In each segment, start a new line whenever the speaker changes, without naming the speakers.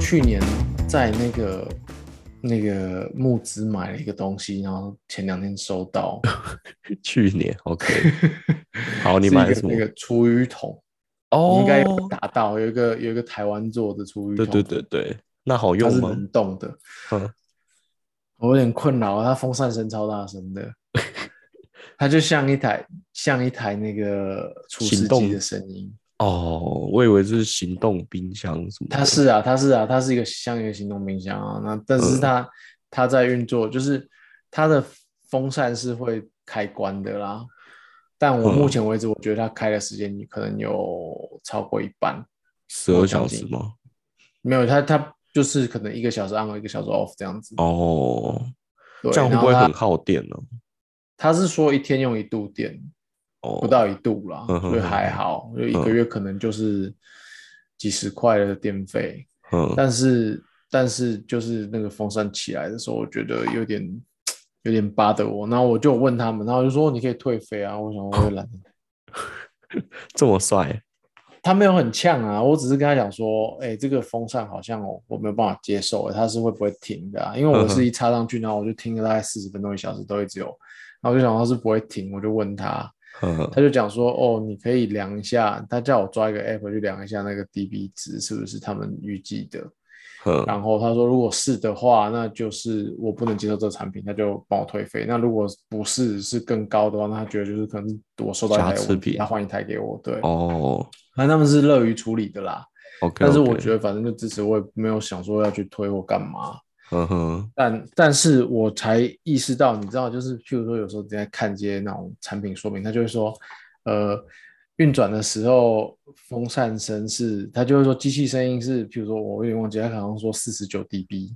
去年在那个那个募资买了一个东西，然后前两天收 到，
去年 OK，好，哦你
是一
买了
个
什么
那？个厨余桶，
哦
你应该有打到，有一个有一个台湾做的厨余
对
桶，
对对对，那好
它是
用吗？
冷冻的，
嗯，
我有点困扰，啊它风扇声超大声 的，它就像一台像一台那个厨
行
师
动
机的声音，
哦，我以为是行动冰箱什么的。
它是啊，它是啊，它是一个像一个行动冰箱啊。那但是
嗯
它、它在运作，就是它的风扇是会开关的啦。但我
嗯
目前为止，我觉得它开的时间可能有超过一半，
十二
我
小
相
时
信
吗？
没有它它就是可能一个小时 on 一个小时 off 这样子。
哦，
对，
这样会
然
不
后
会
它
很耗电呢、
它是说一天用一度电，
哦，
不到一度啦，
嗯哼
所以还好，就一个
嗯
月可能就是几十块的电费。
嗯，
但是但是就是那个风扇起来的时候，我觉得有点有点巴得我，然后我就问他们，然后就说你可以退费啊，我想我会懒，
这么帅，
他没有很呛啊，我只是跟他讲说，哎、这个风扇好像我我没有办法接受、它是会不会停的啊？因为我
嗯哼
是一插上去，然后我就听了大概四十分钟一小时都一直有，然后我就想它是不会停，我就问他，
嗯，
他就讲说，哦，你可以量一下，他叫我抓一个 app 去量一下那个 dB 值是不是他们预计的，
嗯，
然后他说，如果是的话，那就是我不能接受这个产品，他就帮我退费。那如果不是是更高的话，那他觉得就是可能我收到一台
瑕疵
有问题
品
他换一台给我。对，
哦
反正他们是乐于处理的啦。
，OK，
但是我觉
得，
得反正就支持，我也没有想说要去推或干嘛。
嗯哼，
但但是我才意识到，你知道，就是譬如说，有时候你在看一些那种产品说明，他就会说，呃，运转的时候风扇声是，他就会说机器声音是，譬如说我有点忘记，他好像说四十九 dB，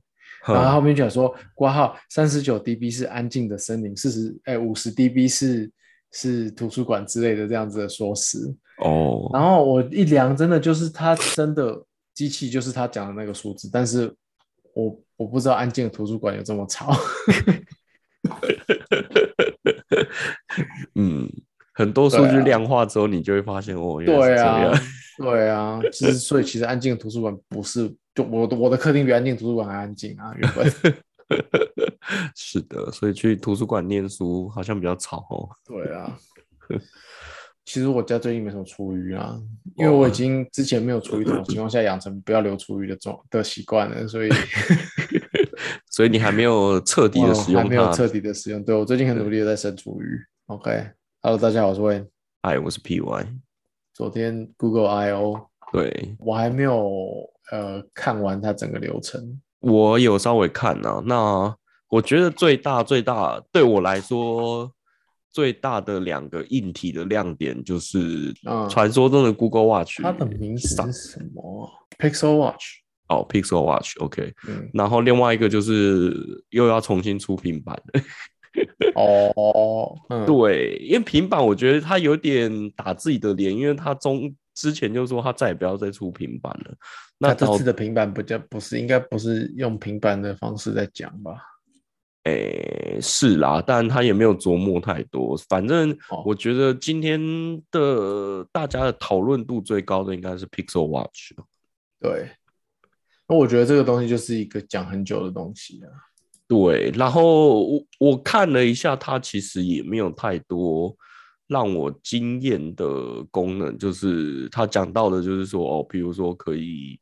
然后他
嗯
后面讲说挂号三十九 dB 是安静的森林，四十哎五十 dB 是是图书馆之类的这样子的说辞，
哦，
然后我一量，真的就是他真的机器就是他讲的那个数字，但是我我不知道安静的图书馆有这么吵，
嗯，很多数
对
据
啊
量化之后，你就会发现哦，原来是
对
这
啊
样，，
对啊，其实所以其实安静的图书馆不是就我的我的客厅比安静的图书馆还安静啊，原本
是的，所以去图书馆念书好像比较吵哦。
对 啊。其实我家最近没什么厨余啊，因
哦
为我已经之前没有厨余桶的情况下养成不要留厨余的种的习惯了， 所以
所以你还没有彻底
我
的使用
哦还
它。
没有彻底的使用。对我最近很努力的在生厨余。OK，Hello，、大家好，我是 Wayne。
哎，我是 PY。
昨天 Google I O
对，
我还没有呃看完它整个流程，
我有稍微看啊。那我觉得最大最大对我来说最大的两个硬体的亮点就是
嗯
传说中的 Google Watch，
它的名字
上
是什么啊？Pixel Watch。
哦 Pixel Watch OK。
嗯，
然后另外一个就是又要重新出平板
嗯
了。
哦，嗯，
对，因为平板我觉得它有点打自己的脸，因为它中之前就说它再也不要再出平板了。那
那这
到
次的平板不叫不是应该不是用平板的方式在讲吧？
诶，是啦，但他也没有琢磨太多。反正
哦
我觉得今天的大家的讨论度最高的应该是 Pixel Watch 了。
对，那我觉得这个东西就是一个讲很久的东西啊。
对，然后我我看了一下，它其实也没有太多让我惊艳的功能，就是他讲到的，就是说哦，比如说可以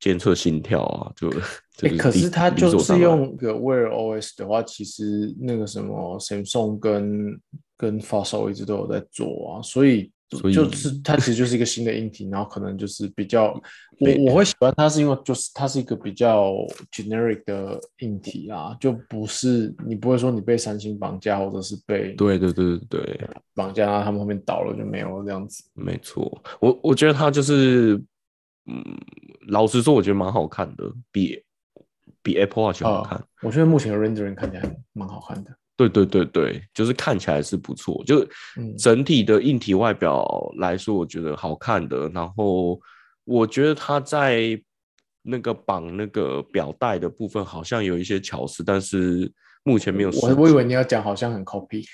监测心跳啊，就 就
诶
是
可
理
是它
理
就
所
是
当然
用个 Wear OS 的话，其实那个什么 Samsung 跟跟 Fossil 一直都有在做啊，所以就
所以
就是它其实就是一个新的硬体，然后可能就是比较我
对
我会喜欢它是因为就是它是一个比较 generic 的硬体啊，就不是你不会说你被三星绑架或者是被
对对对对对。
绑架，然后他们后面倒了就没有了这样子。
没错，我我觉得它就是，嗯，老实说，我觉得蛮好看的，比比 Apple Watch
哦
好看。
我觉得目前的 rendering 看起来蛮好看的，
对对对对，就是看起来是不错，就
嗯
整体的硬体外表来说，我觉得好看的。然后我觉得它在那个绑那个表带的部分好像有一些巧思，但是目前没有实
我我以为你要讲好像很 copy。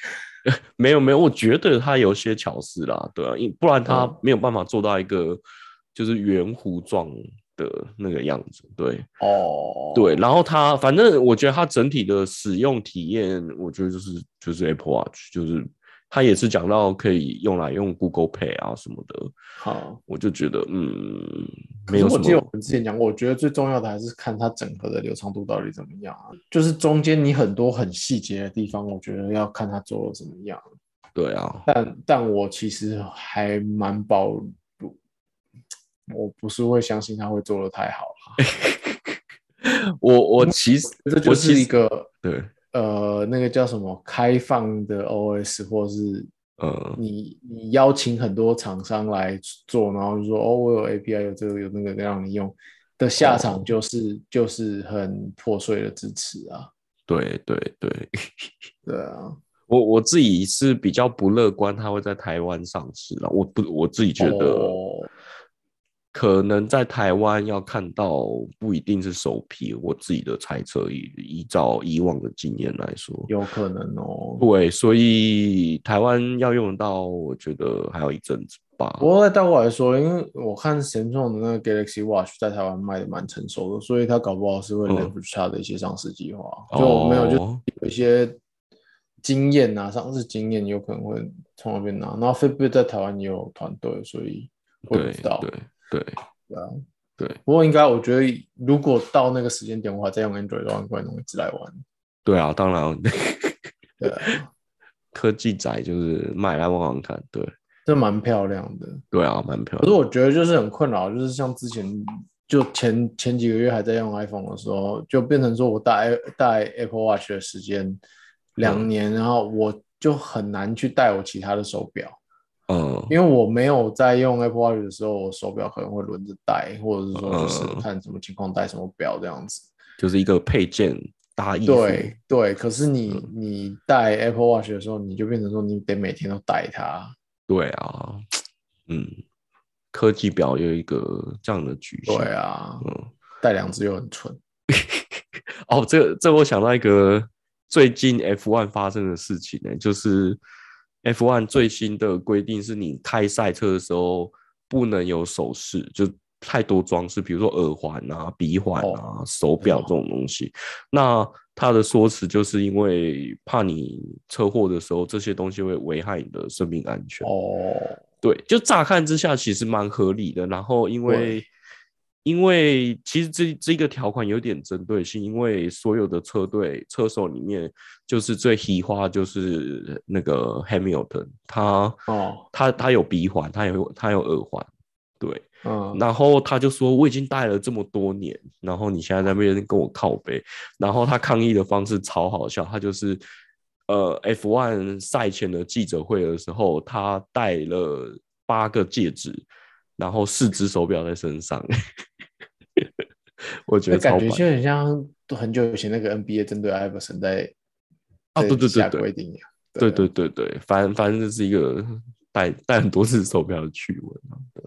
没有没有，我觉得它有些巧思啦，对啊，因不然它
嗯
没有办法做到一个就是圆弧状的那个样子，对
哦，
对。然后它反正我觉得它整体的使用体验，我觉得就是就是 Apple Watch，就是它也是讲到可以用来用 Google Pay 啊什么的，
好。
我就觉得嗯，
可
没
是
有什
我记得
么
我们之前讲过，我觉得最重要的还是看它整合的流畅度到底怎么样啊。就是中间你很多很细节的地方，我觉得要看它做的怎么样。
对啊，
但但我其实还蛮保，不我不是会相信他会做的太好了。
我我其实
这就
我其
是
实
一个
对，
呃，那个叫什么开放的 OS，或是
嗯
你你邀请很多厂商来做，然后就说哦，我有 API，有这个有那个让你用的下
哦
场就是、就是很破碎的支持啊，
对对对，
对啊，
我我自己是比较不乐观，它会在台湾上市了。我不我自己觉得，
哦
可能在台湾要看到不一定是首批。我自己的猜测，依依照以往的经验来说，
有可能哦。
对，所以台湾要用得到，我觉得还有一阵子吧。
不过倒过来说，因为我看 Samsung 的那个 Galaxy Watch 在台湾卖的蛮成熟的，所以它搞不好是会
嗯
leverage 它的一些上市计划，啊
哦
就我没有就有一些经验啊，上市经验有可能会从那边拿。然后 Fitbit 在台湾也有团队，所以我也不
对
知道。
对对
对啊
对
不过应该我觉得，如果到那个时间点，我还在用 Android 的话，应该弄一直来玩。
对啊，当然
对啊，
科技宅就是买来玩玩看，对
这蛮漂亮的。
对啊，蛮漂
可是
亮。
我觉得就是很困扰，就是像之前就前前几个月还在用 iPhone 的时候，就变成说我戴 A- 戴 Apple Watch 的时间两年，然后我就很难去戴我其他的手表，
嗯
因为我没有在用 Apple Watch 的时候，我手表可能会轮着戴，或者是说就是
嗯
看什么情况戴什么表这样子。
就是一个配件搭衣服。
对对，可是你
嗯
你戴 Apple Watch 的时候，你就变成说你得每天都戴它。
对啊，嗯，科技表有一个这样的局限。
对，啊，
嗯，
戴两只又很蠢。
哦，这个这我想到一个最近 F1 发生的事情呢、就是 F1 最新的规定是你开赛车的时候不能有首饰，就太多装饰，比如说耳环啊、鼻环
哦
啊、手表这种东西。那他的说辞就是因为怕你车祸的时候，这些东西会危害你的生命安全。
哦，
对，就乍看之下其实蛮合理的。然后因为因为其实这这个条款有点针对性，因为所有的车队车手里面，就是最黑花就是那个 Hamilton，他
哦，
他他有鼻环，他有他有耳环，对。
嗯，
然后他就说我已经戴了这么多年，然后你现在在那边跟我靠背，然后他抗议的方式超好笑，他就是呃 F1 赛前的记者会的时候，他戴了八个戒指，然后四只手表在身上， 我觉
那
得超
感
白
觉就很像很久以前那个 NBA 针对 Iverson 在
啊
在
对对对
下
对
规定一样
对对对对，反正反正这是一个戴戴很多次手表的趣闻啊。对，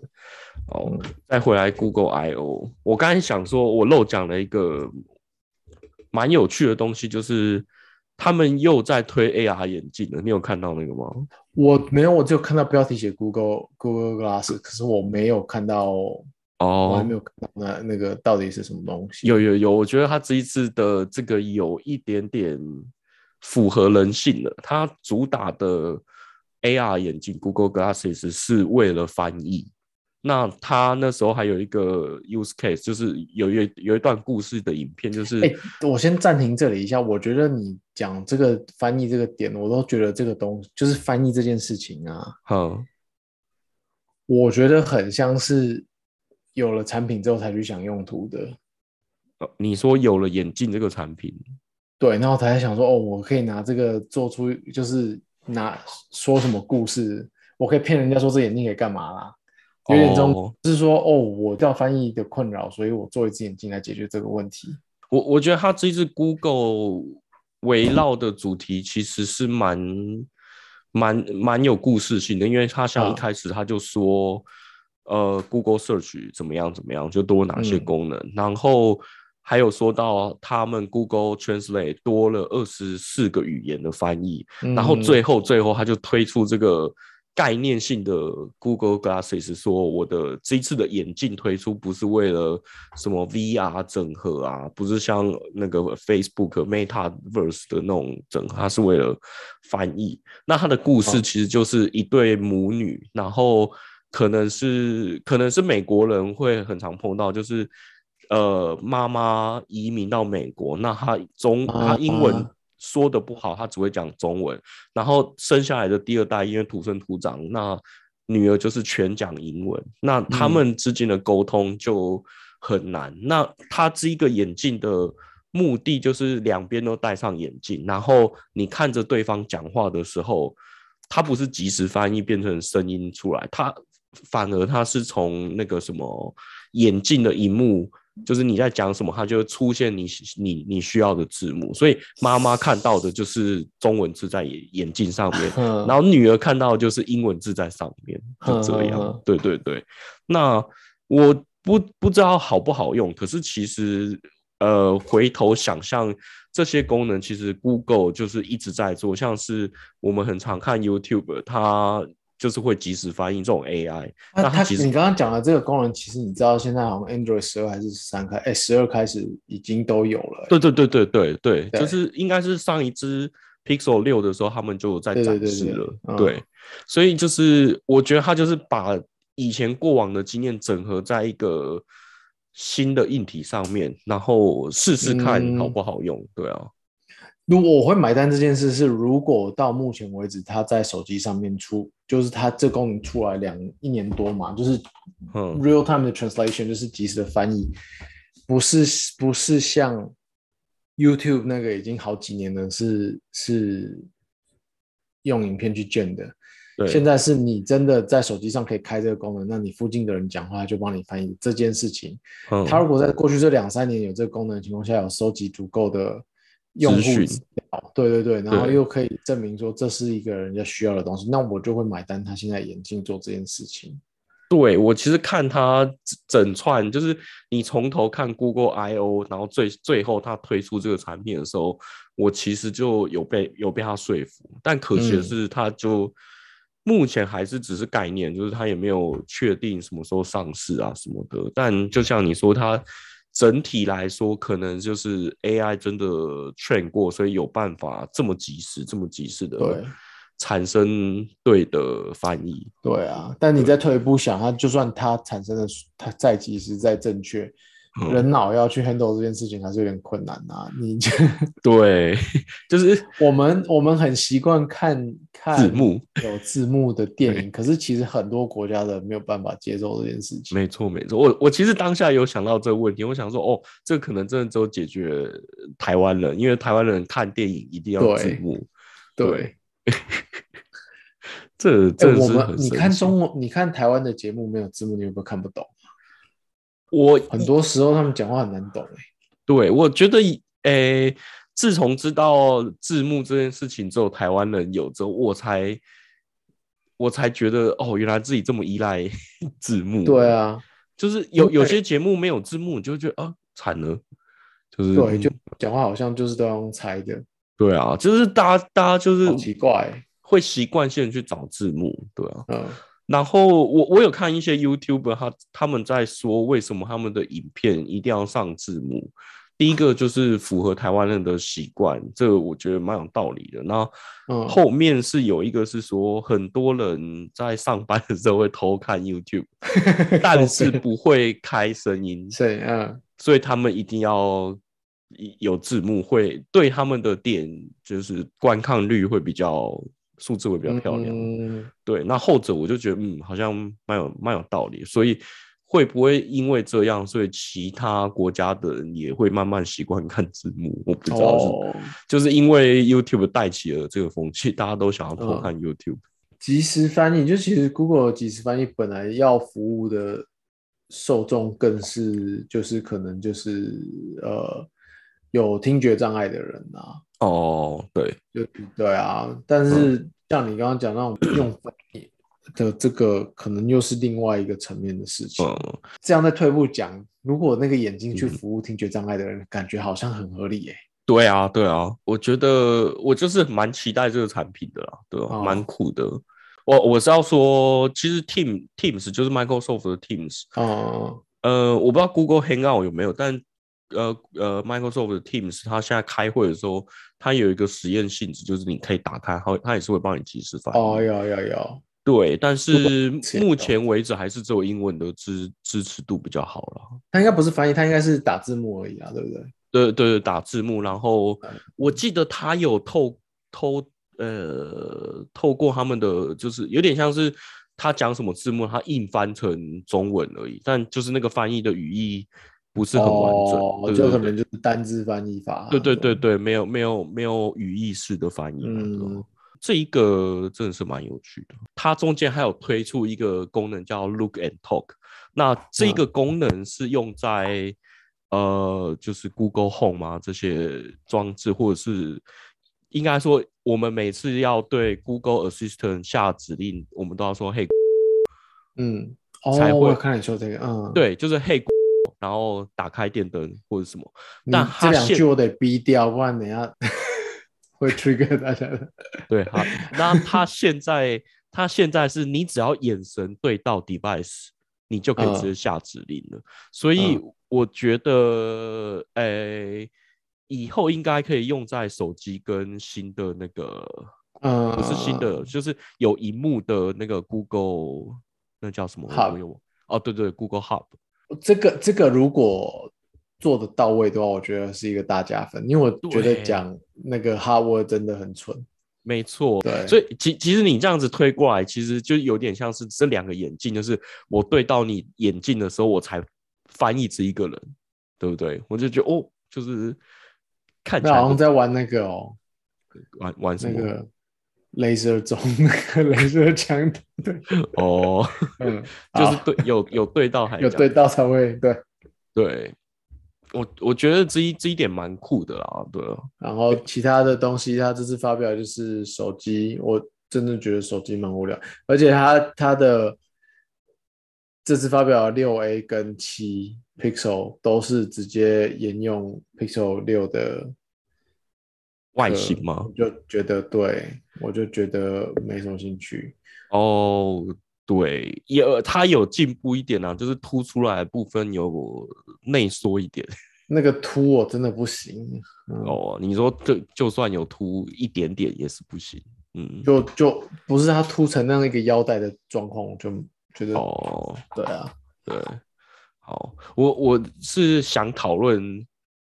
哦，再回来 Google I O，我刚才想说，我漏讲了一个蛮有趣的东西，就是他们又在推 AR 眼镜了。你有看到那个吗？
我没有，我只有看到标题写 Google Google Glass，可是我没有看到，我还
哦
没，有看到那那个到底是什么东西。
有有有，我觉得他这一次的这个有一点点符合人性了。他主打的 AR 眼镜 Google Glasses 是为了翻译。那他那时候还有一个 use case，就是有一有一段故事的影片，就是、
哎、我先暂停这里一下。我觉得你讲这个翻译这个点，我都觉得这个东西就是翻译这件事情啊，
嗯，
我觉得很像是有了产品之后才去想用途的。
呃你说有了眼镜这个产品，
对，然后才想说，哦，我可以拿这个做出，就是拿说什么故事，我可以骗人家说这眼镜可以干嘛啦。有点这种
哦
就是说，哦，我叫翻译的困扰，所以我做一只眼镜来解决这个问题。
我我觉得它这次 Google 围绕的主题其实是蛮蛮蛮有故事性的，因为它像
啊
一开始它就说，呃，Google Search 怎么样怎么样，就多哪些
嗯
功能，然后还有说到他们 Google Translate 多了二十四个语言的翻译，然后
嗯
最后最后他就推出这个概念性的 Google Glasses 说，我的这一次的眼镜推出不是为了什么 VR 整合啊，不是像那个 Facebook MetaVerse 的那种整合，它是为了翻译。那它的故
嗯
事其实就是一对母女，然后可能是可能是美国人会很常碰到，就是呃妈妈移民到美国，那她中她英文。
啊
说的不好，他只会讲中文。然后生下来的第二代因为土生土长，那女儿就是全讲英文，那他们之间的沟通就很难。那他这一个眼镜的目的就是两边都戴上眼镜，然后你看着对方讲话的时候，他不是即时翻译变成声音出来，他反而他是从那个什么眼镜的荧幕。就是你在讲什么，它就会出现你你你需要的字幕，所以妈妈看到的就是中文字在眼眼镜上面，
嗯
然后女儿看到就是英文字在上面，就这
嗯嗯嗯
样。对对对，那我不不知道好不好用，可是其实呃，回头想象这些功能，其实 Google 就是一直在做，像是我们很常看 YouTube，它就是会即时翻译这种 AI，
那
那
它
它其实
你刚刚讲的这个功能，其实你知道现在好像 Android 十二还是十三开，哎，十二开始已经都有了、
对对对对对对，
对
就是应该是上一支 Pixel 六的时候，他们就有在
对对
展
对
示
对
了。
嗯
所以就是我觉得他就是把以前过往的经验整合在一个新的硬体上面，然后试试看
嗯
好不好用。对啊，
如果我会买单这件事是，如果到目前为止，它在手机上面出，就是它这功能出来两一年多嘛，就是
嗯
real time 的 translation，就是即时的翻译，不是不是像 YouTube 那个已经好几年了，是是用影片去建的。
对，
现在是你真的在手机上可以开这个功能，那你附近的人讲话就帮你翻译这件事情。
嗯
它如果在过去这两三年有这个功能的情况下，有收集足够的用户
资讯
资料，对对对，然后
对
又可以证明说这是一个人家需要的东西，那我就会买单。他现在眼镜做这件事情，
对我其实看它整整串，就是你从头看 Google I O，然后最最后它推出这个产品的时候，我其实就有被有被它说服，但可惜的
嗯
是，它就目前还是只是概念，就是它也没有确定什么时候上市啊什么的。但就像你说，它整体来说，可能就是 AI 真的 train 过，所以有办法这么及时、这么及时
对
的产生对的翻译。
对啊。但你再退一步想，它就算它产生的它再及时再正确，
嗯
人脑要去 handle 这件事情还是有点困难啊。你
对， 就是
我们我们很习惯看看
字幕。
有字幕的电影，可是其实很多国家的没有办法接受这件事情。
没错，没错。我我其实当下有想到这个问题，我想说，哦，这可能真的只有解决台湾人，因为台湾人看电影一定要字
对
幕。
对，
这
哎、
这
我
是
们
很
你
神
看
奇，
中文，你看台湾的节目没有字幕，你有没有看不懂？
我
很多时候他们讲话很难懂、哎，
嗯对我觉得，诶、自从知道字幕这件事情之后，台湾人有之后，我才我才觉得，哦，原来自己这么依赖 字幕。
对，啊，
就是有有
对
些节目没有字幕，你就会觉得啊，惨了，就是嗯
对，就讲话好像就是都要用猜的，
对啊，就是大家大家就是
好奇怪、
会习惯性地去找字幕，对啊。
嗯，
然后我我有看一些 YouTuber，他他们在说为什么他们的影片一定要上字幕。第一个就是符合台湾人的习惯，这个我觉得蛮有道理的。那
嗯
后面是有一个是说，很多人在上班的时候会偷 看 YouTube，但是不会开声音，
所以嗯，
所以他们一定要有字幕，会对他们的点就是观看率会比较数字会比较漂亮。
嗯，
对，那后者我就觉得，嗯，好像蛮有蛮有道理，所以会不会因为这样，所以其他国家的人也会慢慢习惯看字幕？我不知道是，
哦，
就是因为 YouTube 带起了这个风气，大家都想要偷
嗯
看 YouTube。
即时翻译就其实 Google 的即时翻译本来要服务的受众更是就是可能就是呃有听觉障碍的人啊，
哦，对，
就对啊，但是像你刚刚讲那种用翻译的这个，可能又是另外一个层面的事情。
嗯，
这样再退一步讲，如果那个眼睛去服务听觉障碍的人，感觉好像很合理耶、
对啊，对啊，我觉得我就是蛮期待这个产品的啦，对啊，
哦
蛮酷的。我我是要说，其实 Team Teams 就是 Microsoft 的 Teams，
哦、
呃，我不知道 Google Hangout 有没有，但呃呃，Microsoft 的 Teams 它现在开会的时候，它有一个实验性质，就是你可以打开，它会它也是会帮你及时反应。
哦，有有有，
对，但是
前
目
有
前为止还是只有英文的支支持度比较好了。
他应该不是翻译，他应该是打字幕而已啊，对不对？
对对对，打字幕。然后
嗯
我记得他有透偷呃透过他们的，就是有点像是他讲什么字幕，他硬翻成中文而已，但就是那个翻译的语义不是很完整，
哦，
对
就
对
可
对
能就是单字翻译法。啊
对对对，对，没有没有没有语义式的翻译嘛。对吧
嗯
这一个真的是蛮有趣的，它中间还有推出一个功能叫 Look and Talk，那这
嗯
个功能是用在、呃，就是 Google Home 啊这些装置，或者是应该说我们每次要对 Google Assistant 下指令，我们都要说 Hey，
嗯，
才
哦，
会
我有看你说这个，嗯，，
对，就是 Hey，然后打开电灯或者什么。但
但
他
这两
现
句我得逼掉，不然等一下 会 trigger 大家 的。
对，好，那他现在他现在是你只要眼神对到 device，你就可以直
嗯
接下指令了。所以我觉得，诶、以后应该可以用在手机跟新的那个，
嗯，
不是新的，就是有荧幕的那个 Google，那叫什么？我
Hub
有哦，对对，Google Hub。
这个这个如果做的到位的话，我觉得是一个大加分，因为我觉得
对
讲那个哈沃真的很蠢，
没错，
对
所以其其实你这样子推过来，其实就有点像是这两个眼镜，就是我对到你眼镜的时候，我才翻译这一个人，对不对？我就觉得哦，就是看起
那
来
好像
就
在玩那个哦，
玩玩什
那
么
个 laser 中那个 laser 枪的，对，
哦，
嗯，
就是
好
对有有对到还
有
讲
对到才会对，
对，我我觉得这一这一点蛮酷的啦，对啊，
然后其他的东西，他这次发表就是手机，我真的觉得手机蛮无聊，而且他他的这次发表六 A 跟七 Pixel 都是直接沿用 Pixel 六的
外形吗
我？就觉得对，我就觉得没什么兴趣。
哦，对，也呃它有进步一点啊，就是凸出来的部分有内缩一点。
那个凸我真的不行，嗯、
哦，你说就就算有凸一点点也是不行，嗯，
就就不是它凸成那样一个腰带的状况，我就觉得、
哦，
对啊，
对，好，我我是想讨论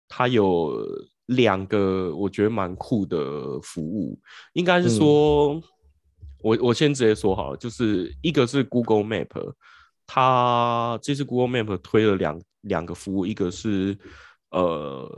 它有两个我觉得蛮酷的服务，应该是
嗯
说，我我先直接说好了，就是一个是 Google Map，它这次 Google Map 推了两两个服务，一个是呃。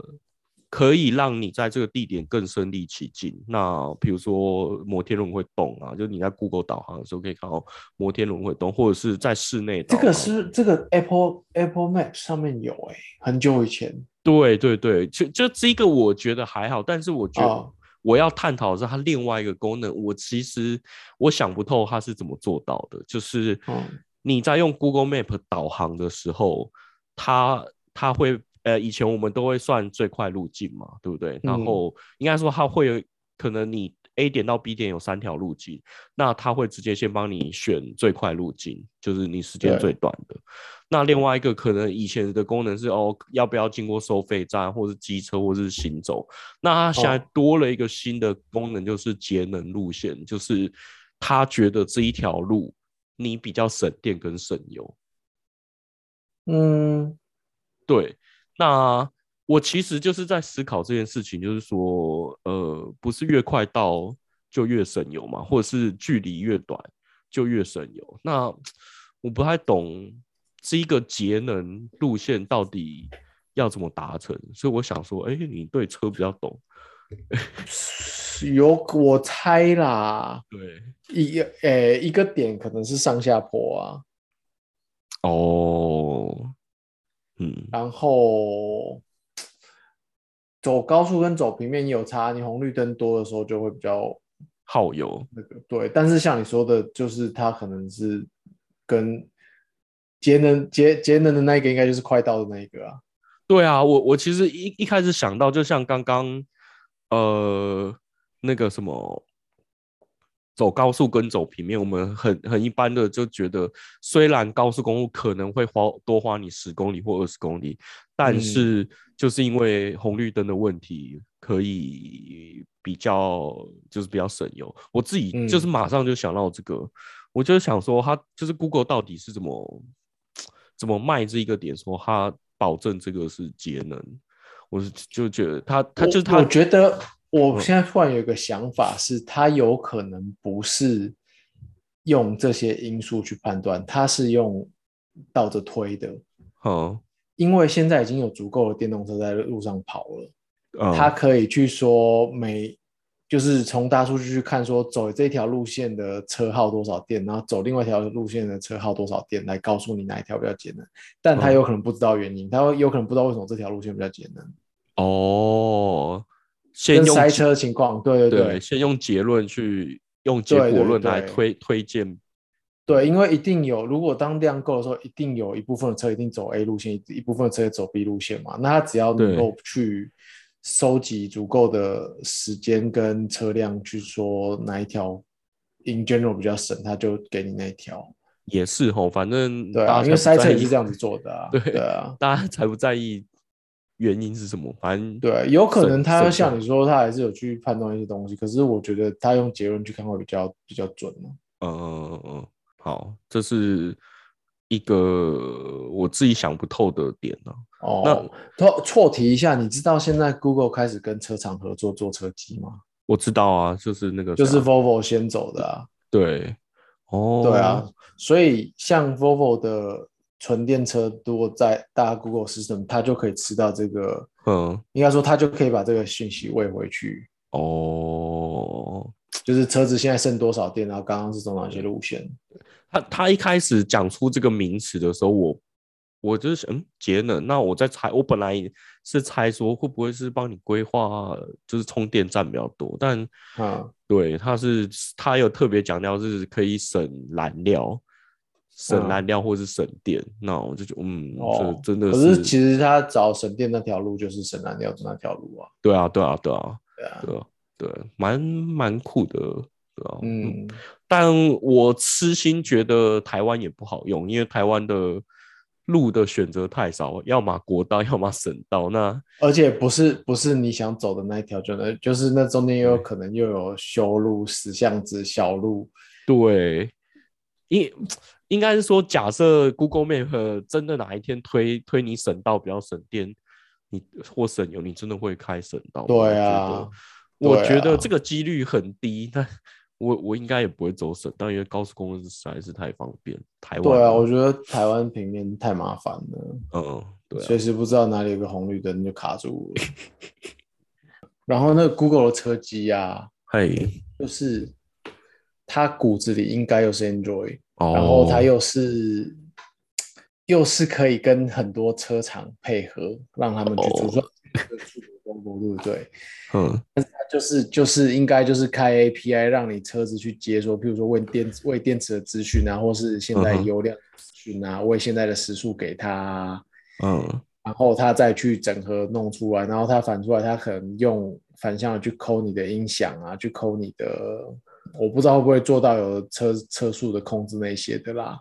可以让你在这个地点更身临其境。那比如说摩天轮会动啊，就你在 Google 导航的时候可以看到摩天轮会动，或者是在室内
这
导
个
航
是这个 Apple Apple Map 上面有哎、很久以前
对对对，就就这个我觉得还好，但是我觉得
哦
我要探讨的是它另外一个功能，我其实我想不透它是怎么做到的，就是
嗯
你在用 Google Map 导航的时候，它它会呃，以前我们都会算最快路径嘛，对不对？然
嗯
后应该说它会有可能你 A 点到 B 点有三条路径，那它会直接先帮你选最快路径，就是你时间
对
最短的。那另外一个可能以前的功能是哦，要不要经过收费站，或是机车，或是行走？那它现在
哦
多了一个新的功能，就是节能路线，就是它觉得这一条路你比较省电跟省油。
嗯
对，那我其实就是在思考这件事情，就是说，呃，不是越快到就越省油嘛，或者是距离越短就越省油。那我不太懂这一个节能路线到底要怎么达成，所以我想说，哎，你对车比较懂，
有我猜啦，
对，
一个诶、一个点可能是上下坡啊，
哦，嗯，
然后走高速跟走平面也有差，你红绿灯多的时候就会比较
耗油，
那个对，但是像你说的，就是它可能是跟节能节节能的那一个，应该就是快到的那一个啊。
对啊，我我其实一一开始想到，就像刚刚呃那个什么走高速跟走平面，我们很很一般的就觉得，虽然高速公路可能会花多花你十公里或二十公里，但是就是因为红绿灯的问题，可以比较就是比较省油。我自己就是马上就想到这个，我就想说，它就是 Google 到底是怎么怎么卖这一个点，说它保证这个是节能，我是就觉得它它就是它
我觉得我现在突然有一个想法是，它有可能不是用这些因素去判断，它是用倒着推的，
嗯
因为现在已经有足够的电动车在路上跑了，
嗯
它可以去说每。就是从大数据去看，说走这条路线的车耗多少电，然后走另外一条路线的车耗多少电，来告诉你哪一条比较节能。但他
嗯
有可能不知道原因，他有可能不知道为什么这条路线比较节能，
哦，先
跟
用
塞
结
车的情况，对对对
对，先用结论去用结
对对
果论来
对
推推荐，
对，因为一定有，如果当量够的时候，一定有一部分的车一定走 A 路线，一一部分的车走 B 路线嘛。那他只要能
对
够去收集足够的时间跟车辆，去说哪一条 in general 比较省，他就给你那一条。
也是吼，反正
对
大
啊，
家
因为
才
塞
不
车
在
也是
意
这样子，做的啊。
对
啊，
大家才不在意原因是什么，反正
对，有可
省
能他
省
像
下
你说，他还是有去判断一些东西，可是我觉得他用结论去看会比较比较准啊嘛。
嗯嗯嗯，好，这是一个我自己想不透的点啊呢、
哦
那，
错错题一下，你知道现在 Google 开始跟车厂合作做车机吗？
我知道啊，就是那个
就是
啥
Volvo 先走的啊，
对，哦，
对啊，，所以像 Volvo 的纯电车，如果在大 Google System，它就可以吃到这个，
嗯，
应该说它就可以把这个讯息喂回去，
哦，
就是车子现在剩多少电，然后刚刚是走哪些路线，
他他一开始讲出这个名词的时候，我我就是想嗯节能，那我在猜，我本来是猜说会不会是帮你规划，就是充电站比较多，但
嗯，
对他是他有特别强调是可以省燃料，省
嗯
燃料或是省电，那我就觉得嗯，
哦
这真的
可是其实它找省电那条路就是省燃料的那条路啊，
对啊对啊对啊
对啊，
对啊对，蛮蛮酷的，对啊，
嗯，
但我私心觉得台湾也不好用，因为台湾的路的选择太少，要么国道，要么省道。那
而且不是不是你想走的那一条就能，就是那中间也有可能又有修路、石巷子、小路，
对，应应该是说，假设 Google Map 真的哪一天推推你省道比较省电，你或省油，你真的会开省道吗？
对啊，
我
对
觉得，我觉得
啊
这个几率很低，但。我我应该也不会走省道，因为高速公路实在是太方便。台湾
对啊，
嘛
我觉得台湾平面太麻烦了，
嗯，对啊
随时不知道哪里有个红绿灯就卡住了。 然后那个 Google 的车机啊，
嘿，
就是它骨子里应该又是 Android，、
哦，
然后它又是又是可以跟很多车厂配合，让他们去
哦
组装出国公路，对不对？
嗯，
就是就是应该就是开 API 让你车子去接说，譬如说为电为电池的资讯啊，或是现在
嗯哼
油量的资讯啊，为现在的时速给它啊，
嗯
然后它再去整合弄出来，然后它反出来，它可能用反向的去抠你的音响啊，去抠你的，我不知道会不会做到有车车速的控制那些的啦，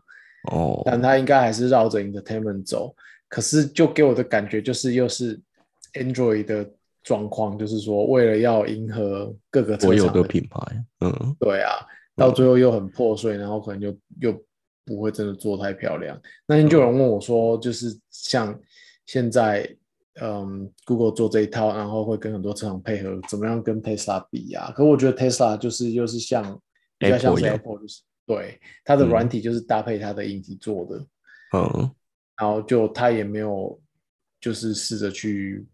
哦，
但它应该还是绕着 entertainment 走。可是就给我的感觉就是又是 Android 的状况，就是说为了要迎合各个车
所有
厂
的品牌，嗯
对啊，到最后又很破碎，然后可能又又不会真的做太漂亮。那天就有人问我
嗯
说，就是像现在，嗯，Google 做这一套，然后会跟很多车厂配合，怎么样跟 Tesla 比啊？可我觉得 Tesla 就是又是像比较像是
Apple
Apple，就是对它的
嗯
软体就是搭配它的硬体做的，
嗯
然后就它也没有就是试着去。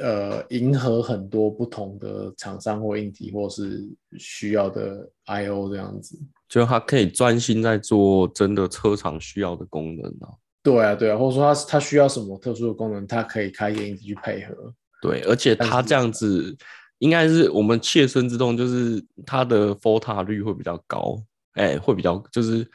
呃，迎合很多不同的厂商或硬体，或是需要的 I O 这样子。
就它可以专心在做真的车厂需要的功能啊。
对啊，对啊，或者说它它需要什么特殊的功能，它可以开一个硬体去配合。
对，而且
但
它
是
这样子应该是我们切身之痛，就是它的 f o t a 率会比较高，哎、会比较就是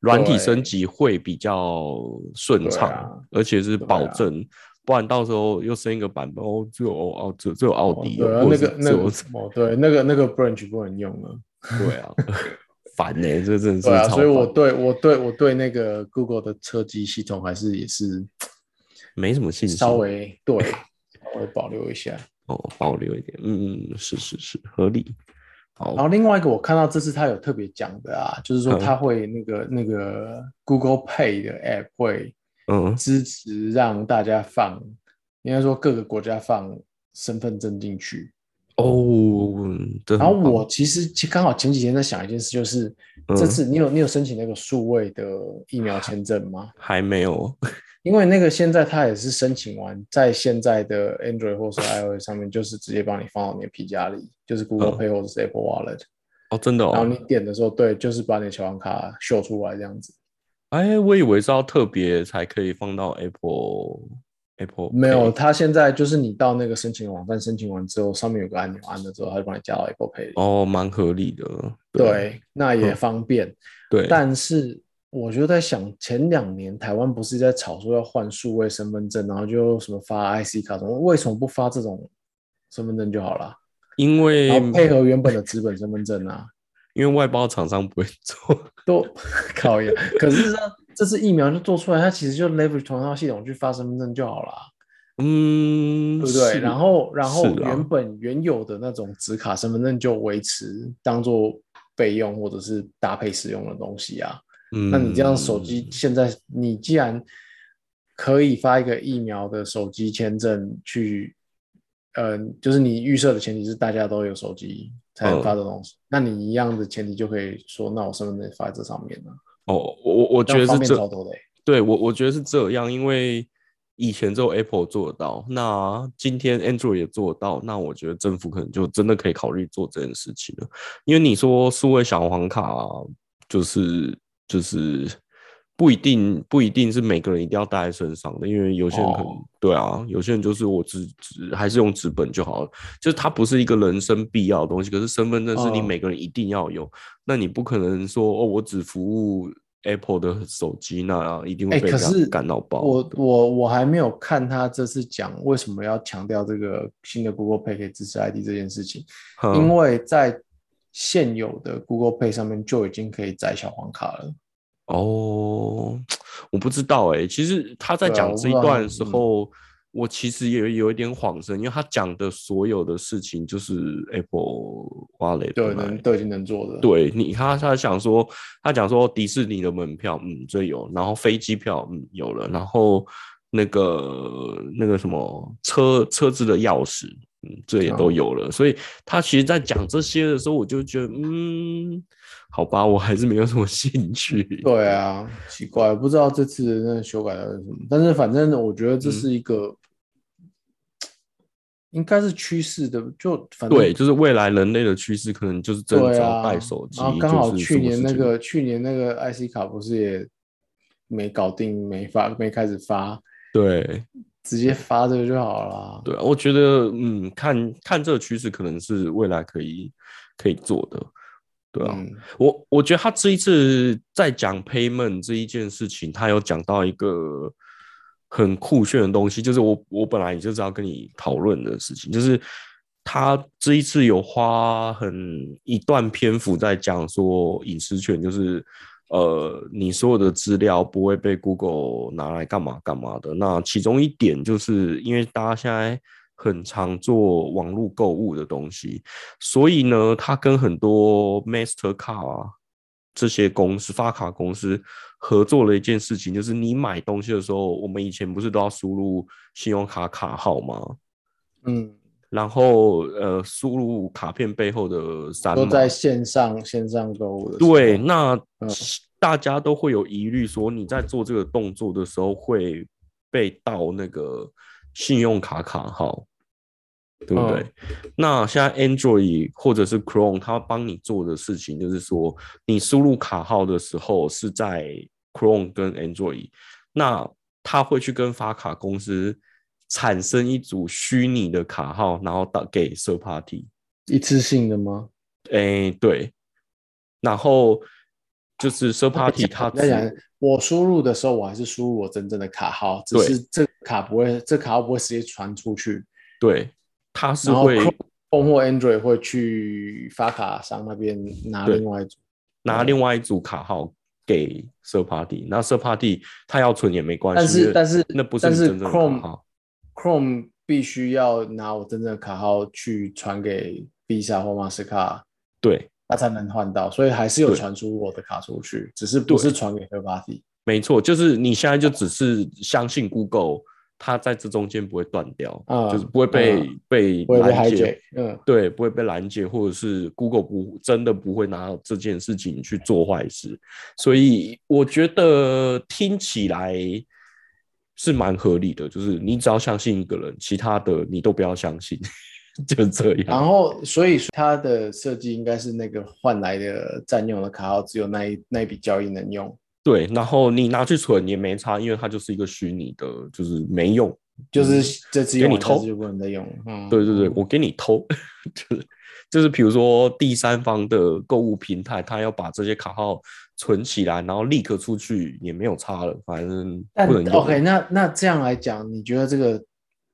软体升
对
级会比较顺
对
畅，
啊
而且是
对
保
啊
证。不然到时候又升一个版本哦，只有奥只有只有奥迪
对
哦、
啊，
或
那
者
个
是
那
只有
个哦，对，那个那个 branch 不能用了。
对啊， 烦呢、这真的是
对啊，
超
所以我
烦
对我对我对那个 Google 的车机系统还是也是
没什么信心，
稍微对稍微保留一下。
哦保留一点，嗯嗯，是是是，合理。好，
然后另外一个我看到这次他有特别讲的啊，就是说
嗯
他会那个那个 Google Pay 的 App 会
嗯，
支持让大家放，应该说各个国家放身份证进去。
哦，这
然后
很棒
我其实其刚好前几天在想一件事，就是这
嗯
次你有你有申请那个数位的疫苗签证吗？
还没有，
因为那个现在它也是申请完，在现在的 Android 或是 iOS 上面，就是直接帮你放到你的皮夹里，就是 Google
嗯
Pay 或者是 Apple Wallet，、
哦，真的
然后
哦
你，点的时候，对，就是把你的小黄卡秀出来这样子。
哎，我以为是要特别才可以放到 Apple Apple，
没有，
Pay
它现在就是你到那个申请网站申请完之后，上面有个按钮，按了之后，它就帮你加到 Apple Pay 里。
哦，蛮合理的，
对，那也方便。
嗯对，
但是我就在想，前两年台湾不是在吵说要换数位身份证，然后就什么发 IC 卡什么，为什么不发这种身份证就好了？
因为
然后配合原本的纸本身份证 啊，
因为外包厂商不会做，
都考验。可是呢，这次疫苗就做出来，它其实就 leverage 同一套系统去发身份证就好啦，
嗯，
对不对？
是
然后，然后
是啊
原本原有的那种纸卡身份证就维持当做备用或者是搭配使用的东西啊。
嗯
那你这样手机现在，你既然可以发一个疫苗的手机签证去，嗯、就是你预设的前提是大家都有手机才能
嗯
发这东西，那你一样的前提就可以说，那我身份证发在这上面了、
哦，我我我
这
觉
样
得
方
是
便
这
超多的欸、
对我，我觉得是这样，因为以前只有 Apple 做得到，那今天 Android 也做得到，那我觉得政府可能就真的可以考虑做这件事情了。因为你说数位小黄卡，就是就是不一定不一定是每个人一定要带在身上的，因为有些人可能、
哦
对啊，有些人就是我只只还是用纸本就好了，就是它不是一个人生必要的东西，可是身份证是你
嗯
每个人一定要有，那你不可能说哦，我只服务 Apple 的手机，那一定
哎、
会被
可
人
是
家干到爆。
我我我还没有看他这次讲为什么要强调这个新的 Google Pay 可以支持 ID 这件事情，
哼
因为在现有的 Google Pay 上面就已经可以载小黄卡了。
哦，我不知道哎、其实他在
对啊
讲
我
这
不
一
知道
段的时
嗯
候，我其实也有一点恍神，因为他讲的所有的事情就是 Apple Wallet
对，
本来
能都已经能做的。，
对你，他他想说，他讲说迪士尼的门票，嗯，这有，然后飞机票，嗯，有了，然后那个那个什么车车子的钥匙，嗯，这也都
哦
有了。所以他其实，在讲这些的时候，我就觉得，嗯，好吧，我还是没有什么兴趣。
对，啊，奇怪，不知道这次的那个修改到底是什么，但是反正我觉得
嗯
这是一个，应该是趋势的，就反正
对，就是未来人类的趋势，可能就是真的
对
只
啊
要带手机，
然后刚好
就是
去
什么
年
事
那
情
个去年那个 IC 卡不是也没搞定，没发没开始发，
对。
直接发这个就好啦。
对啊，我觉得嗯，看看这个趋势，可能是未来可以可以做的，对啊，
嗯
我我觉得他这一次在讲 payment 这一件事情，他有讲到一个很酷炫的东西，就是我我本来就是要跟你讨论的事情，就是他这一次有花很一段篇幅在讲说隐私权，就是呃你所有的资料不会被 Google 拿来干嘛干嘛的。那其中一点就是因为大家现在很常做网络购物的东西，所以呢，它跟很多 Mastercard 啊这些公司、发卡公司合作了一件事情，就是你买东西的时候，我们以前不是都要输入信用卡卡号吗？
嗯，
然后呃，输入卡片背后的三
都
码。
在线上线上购物的时候，
对，那
嗯
大家都会有疑虑，说你在做这个动作的时候会被盗那个信用卡卡号，对不对？
嗯
那现在 Android 或者是 Chrome，它帮你做的事情就是说，你输入卡号的时候是在 Chrome 跟 Android，那它会去跟发卡公司产生一组虚拟的卡号，然后打给 third party。
一次性的吗？
诶，哎对，然后就是奢
在
party
讲
它
在讲
只，
我输入的时候，我还是输入我真正的卡号，只
对
是这个卡不会，这卡号不会直接传出去，
对，它是
然后
会
Chrome iPhone 或 Android 会去发卡商那边拿
对
另外一组，
拿另外一组卡号给社 party，那社 party 他要存也没关
但
系，因
是
为
但是
那不是
但
你
是
真正的卡
Chrome
号，
Chrome 必须要拿我真正的卡号去传给 Visa 或 Mastercard，
对，
他才能换到，所以还是有
对
传输我的卡出去，只是不是传给 third party。
没错，就是你现在就只是相信 Google，它在这中间不会断掉，
嗯
就是不会被、
嗯
被
不会被
拦截
hijack，嗯
对，不会被拦截，或者是 Google 不真的不会拿这件事情去做坏事，所以我觉得听起来是蛮合理的，就是你只要相信一个人，其他的你都不要相信，就这样。
然后，所以它的设计应该是那个换来的占用的卡号只有那一那一笔交易能用，
对，然后你拿去存也没差，因为它就是一个虚拟的，就是没用。
就是这次用
嗯给
完
你偷
下次就不能再用了。嗯，
对对对，我给你偷， 就是就是，比如说第三方的购物平台，它要把这些卡号存起来，然后立刻出去也没有差了，反正
但
不能用。
OK，那那这样来讲，你觉得这个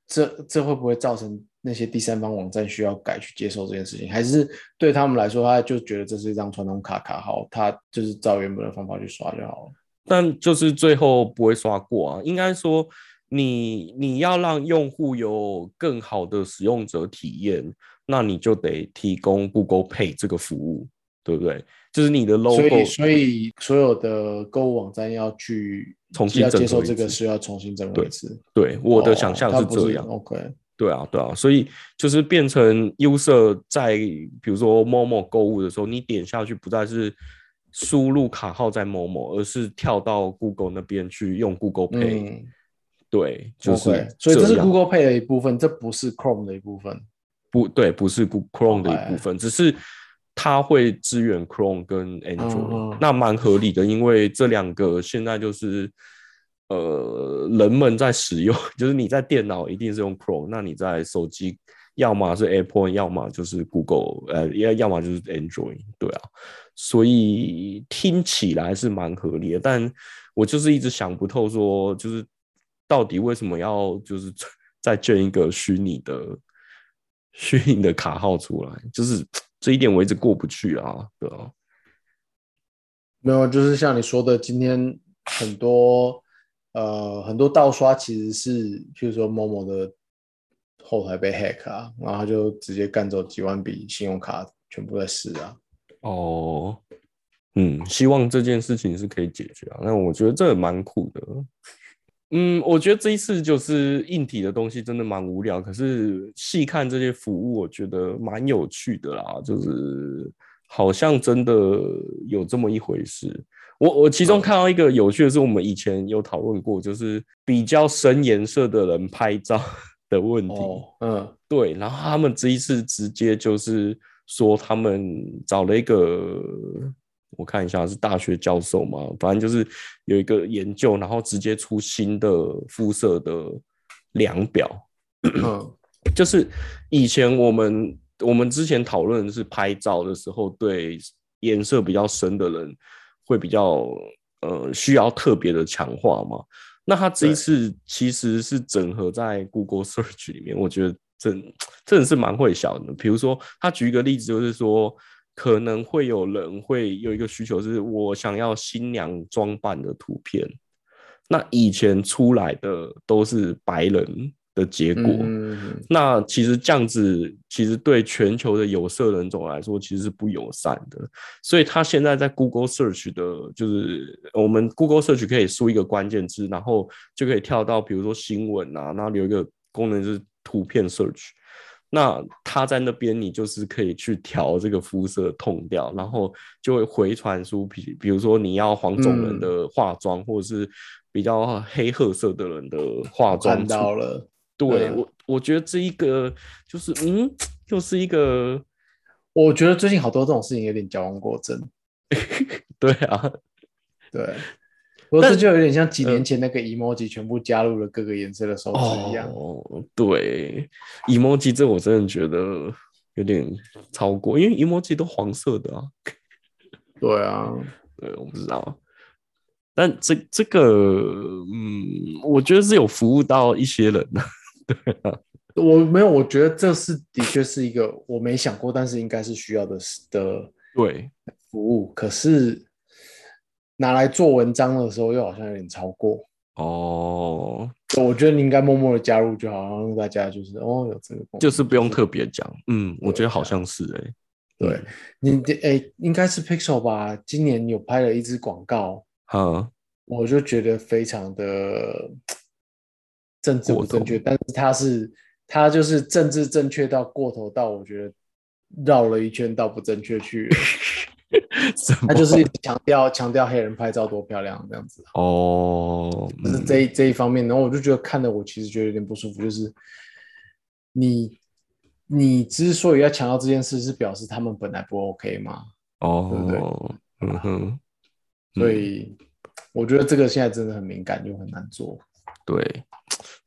这这会不会造成那些第三方网站需要改去接受这件事情？还是对他们来说，他就觉得这是一张传统卡卡号，他就是照原本的方法去刷就好了？
但就是最后不会刷过啊，应该说你你要让用户有更好的使用者体验，那你就得提供 Google Pay 这个服务，对不对？就是你的 logo
所以所以所有的购物网站要去
重新
要
整
接受
合一
这个
次
是要重新整合
对
一次。
对我的想
哦
象
它
是
不
这样。
OK，
对啊，对啊，所以就是变成 user 在比如说 Momo 购物的时候，你点下去不再是输入卡号在 Momo，而是跳到 Google 那边去用 Google Pay、
嗯，
对，就是
OK，所以这是
样
Google Pay 的一部分，这不是 Chrome 的一部分。
不对，不是 Goo- Chrome 的
OK
一部分，只是它会支援 Chrome 跟 Android，、
嗯嗯
那蛮合理的，因为这两个现在就是呃人们在使用， 就是你在电脑一定是用 Chrome，那你在手机要么是 Apple，要么就是 Google，呃，要要么就是 Android，对啊，所以听起来是蛮合理的，但我就是一直想不透，说就是到底为什么要就是 再建一个虚拟的虚拟的卡号出来，就是这一点我一直过不去啊，对啊，
没有，就是像你说的，今天很多呃很多盗刷其实是，譬如说某某的后台被 hack 啊，然后他就直接干走几万笔信用卡，全部在试啊。
哦，嗯，希望这件事情是可以解决啊，那我觉得这也蛮酷的。嗯，我觉得这一次就是硬体的东西真的蛮无聊，可是细看这些服务，我觉得蛮有趣的啦，就是好像真的有这么一回事。我我其中看到一个有趣的是，我们以前有讨论过，就是比较深颜色的人拍照的问题。
哦，嗯，
对，然后他们这一次直接就是说，他们找了一个，我看一下是大学教授嘛，反正就是有一个研究，然后直接出新的肤色的量表，
嗯，
就是以前我们我们之前讨论的是拍照的时候，对颜色比较深的人会比较呃需要特别的强化嘛。那它这一
对
次其实是整合在 Google Search 里面，我觉得真真的是蛮会想的。比如说，他举一个例子，就是说可能会有人会有一个需求，是我想要新娘装扮的图片。那以前出来的都是白人的结果，
嗯，
那其实这样子，其实对全球的有色人种来说，其实是不友善的。所以他现在在 Google Search 的，就是我们 Google Search 可以输一个关键字，然后就可以跳到比如说新闻啊，然后有一个功能就是图片 Search。那他在那边，你就是可以去调这个肤色的痛调，然后就会回传出，比比如说你要黄种人
嗯
的化妆，或者是比较黑褐色的人的化妆
看
出
到了。
对
嗯
我，我觉得这一个就是，嗯，又是一个，
我觉得最近好多这种事情有点矫枉过正，
对啊，
对。不过
但
这就有点像几年前那个 emoji 全部加入了各个颜色的手指一样。
哦，对，emoji 这我真的觉得有点超过，因为 emoji 都黄色的啊，
对啊，
对，我不知道，但这这啊个，嗯，我觉得是有服务到一些人的，
我没有，我觉得这是的确是一个我没想过，但是应该是需要的的
对，
服务。可是拿来做文章的时候，又好像有点超过。
哦，
我觉得你应该默默的加入就好，让大家就是哦有这个功能
就是不用特别讲，嗯，我觉得
啊
好像是哎、
对你的哎、应该是 Pixel 吧？今年有拍了一支广告，
哈，
我就觉得非常的政治不正确，但是它是它就是政治正确到过头到我觉得绕了一圈到不正确去了，
什 么
它就是强调强调黑人拍照多漂亮这样子，啊
哦，
就是
嗯
这一这一方面，然后我就觉得看的我其实觉得有点不舒服，就是你你之所以要强调这件事，是表示他们本来不 OK 吗？
哦，嗯哼，
所以
嗯
我觉得这个现在真的很敏感，就很难做。
对，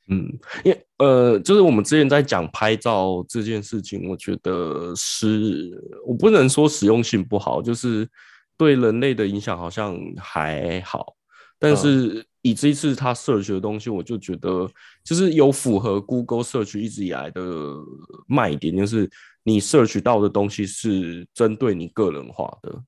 嗯，因为呃，就是我们之前在讲拍照这件事情，我觉得是我不能说实用性不好，就是对人类的影响好像还好，但
嗯
是以这一次他 search 的东西，我就觉得就是有符合 Google search 一直以来的卖点，就是你 search 到的东西是针对你个人化的，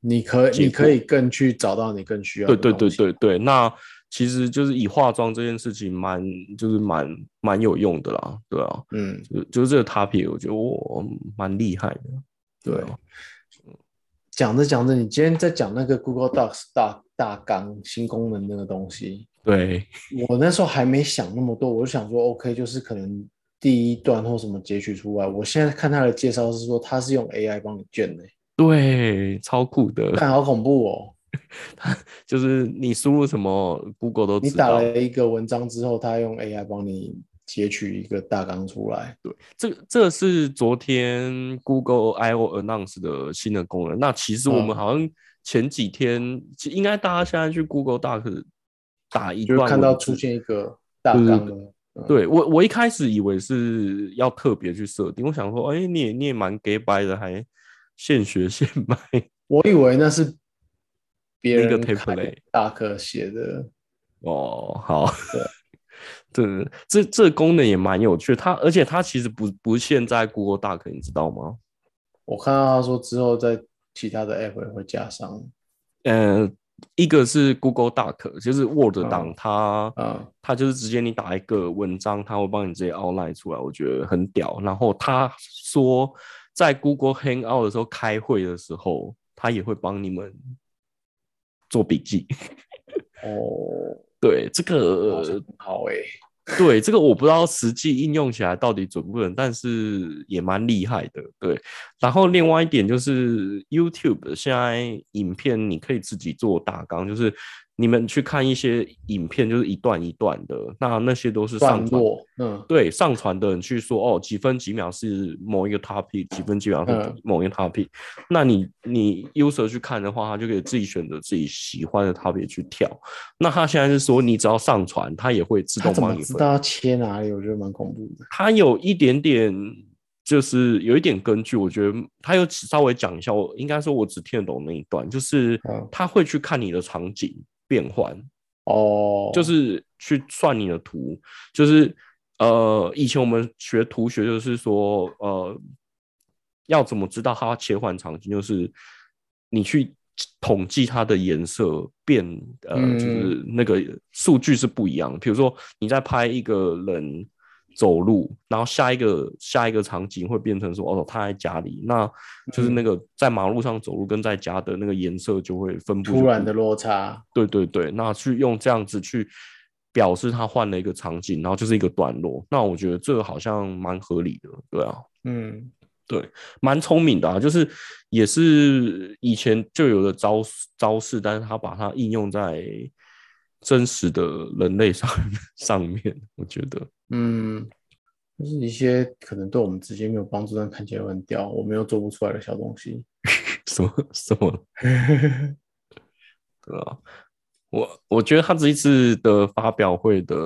你可
结果
你可以更去找到你更需要
对
的
对对
东西
对对，那其实就是以化妆这件事情蛮，就是蛮蛮有用的啦，对啊，
嗯，
就就是这个 topic，我觉得我蛮厉害的，
对
啊。
讲着讲着，你今天在讲那个 Google Docs 大大纲新功能那个东西，
对，
我那时候还没想那么多，我就想说 OK，就是可能第一段或什么截取出来。我现在看他的介绍是说他是用 AI 帮你卷的、
对，超酷的，
但好恐怖哦！
就是你输入什么 Google 都
你
知
打
道。
了一个文章之后，他用 AI 帮你截取一个大纲出来。
这个这是昨天 Google I/O announce 的新的功能。那其实我
嗯
们好像前几天，其应该大家现在去 Google Doc 打一
就
段
是
文字，
看到出现一个大纲的，
对我，我一开始以为是要特别去设定，我想说，哎、你也你也蛮 gay 掰的，还现学现卖。
我以为那是别
那个
人
template
开大课写的，
哦，好， 对，这这功能也蛮有趣的。它而且它其实不不限在 Google 大 o 你知道吗？
我看到他说之后在其他的 app 也会加上
呃，一个是 Google Doc，就是 Word
嗯
档，它
啊，
它就是直接你打一个文章，它会帮你直接 outline 出来，我觉得很屌。然后他说，在 Google Hangout 的时候开会的时候，他也会帮你们做笔记。
哦，
对这
好像
个，
很好哎、欸，
对这个我不知道实际应用起来到底准不准，但是也蛮厉害的。对，然后另外一点就是 YouTube 现在影片你可以自己做大纲，就是你们去看一些影片，就是一段一段的，那那些都是上
段
传
落，嗯，
对上传的人去说哦，几分几秒是某一个 topic，几分几秒是
嗯
某一个 topic，、那你你 user 去看的话，他就可以自己选择自己喜欢的 topic 去跳。那他现在是说，你只要上传，他也会自
他
动
怎么
帮你
知
分。
道要切哪里？我觉得蛮恐怖的。
他有一点点，就是有一点根据，我觉得他有稍微讲一下，我应该说我只听得懂那一段，就是
嗯
他会去看你的场景变换。
哦，
就是去算你的图，就是呃，以前我们学图学就是说，呃，要怎么知道它切换场景，就是你去统计它的颜色变，呃，
嗯
就是那个数据是不一样的。比如说你在拍一个人。走路，然后下一个下一个场景会变成说，哦，他在家里，那就是
嗯
那个在马路上走路跟在家的那个颜色就会分布就
突然
不
的落差，
对对对，那去用这样子去表示他换了一个场景，然后就是一个段落。那我觉得这个好像蛮合理的，对啊，
嗯，
蛮聪明的啊，就是也是以前就有的招式招式，但是他把它应用在真实的人类上上面，我觉得
嗯，就是一些可能对我们直接没有帮助，但看起来又很屌，我们又做不出来的小东 西。
什么什么对啊。我我觉得他这一次的发表会的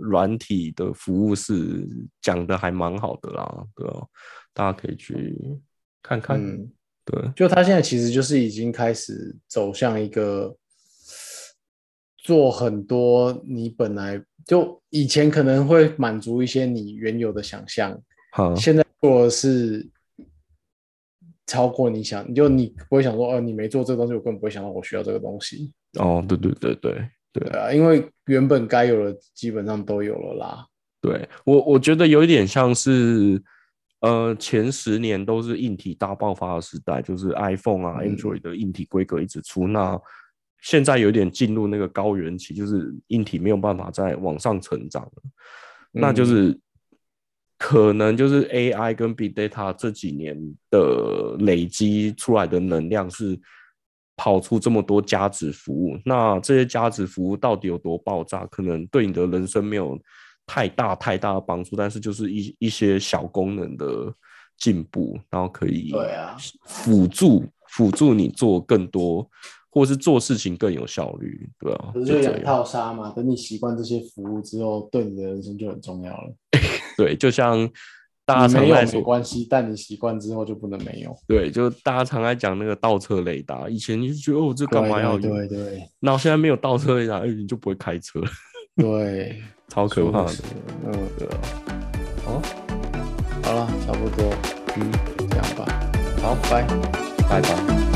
软体的服务是讲的还蛮好的啦，对啊，大家可以去看看。
嗯，
对，
就他现在其实就是已经开始走向一个做很多你本来就以前可能会满足一些你原有的想象，
好，
现在做的是超过你想，你就你不会想说，哦，你没做这个东西，我根本不会想到我需要这个东西，
哦，对对对对对
对啊，因为原本该有的基本上都有了啦，
对，我我觉得有一点像是，呃，前十年都是硬体大爆发的时代，就是 iPhone 啊、
嗯
Android 的硬体规格一直出，那现在有点进入那个高原期，就是硬体没有办法再往上成长了，那就
嗯
是。可能就是 AI 跟 Big Data 这几年的累积出来的能量是跑出这么多价值服务，那这些价值服务到底有多爆炸？可能对你的人生没有太大太大的帮助，但是就是一一些小功能的进步，然后可以
对啊
辅助辅助你做更多，或是做事情更有效率，对啊，
可是
就
就
这
养
样。
套杀嘛，等你习惯这些服务之后，对你的人生就很重要了。
对，就像大家
你
常
没有
在
没
说，
关系，但你习惯之后就不能没有。
对，就大家常在讲那个倒车雷达，以前你就觉得哦，这干嘛要用？
对对 对
然后现在没有倒车雷达，哎你就不会开车，
对，
超可怕的。
是嗯，
对啊，好，
好了，差不多
嗯，
这样吧，
好，
拜。
拜拜。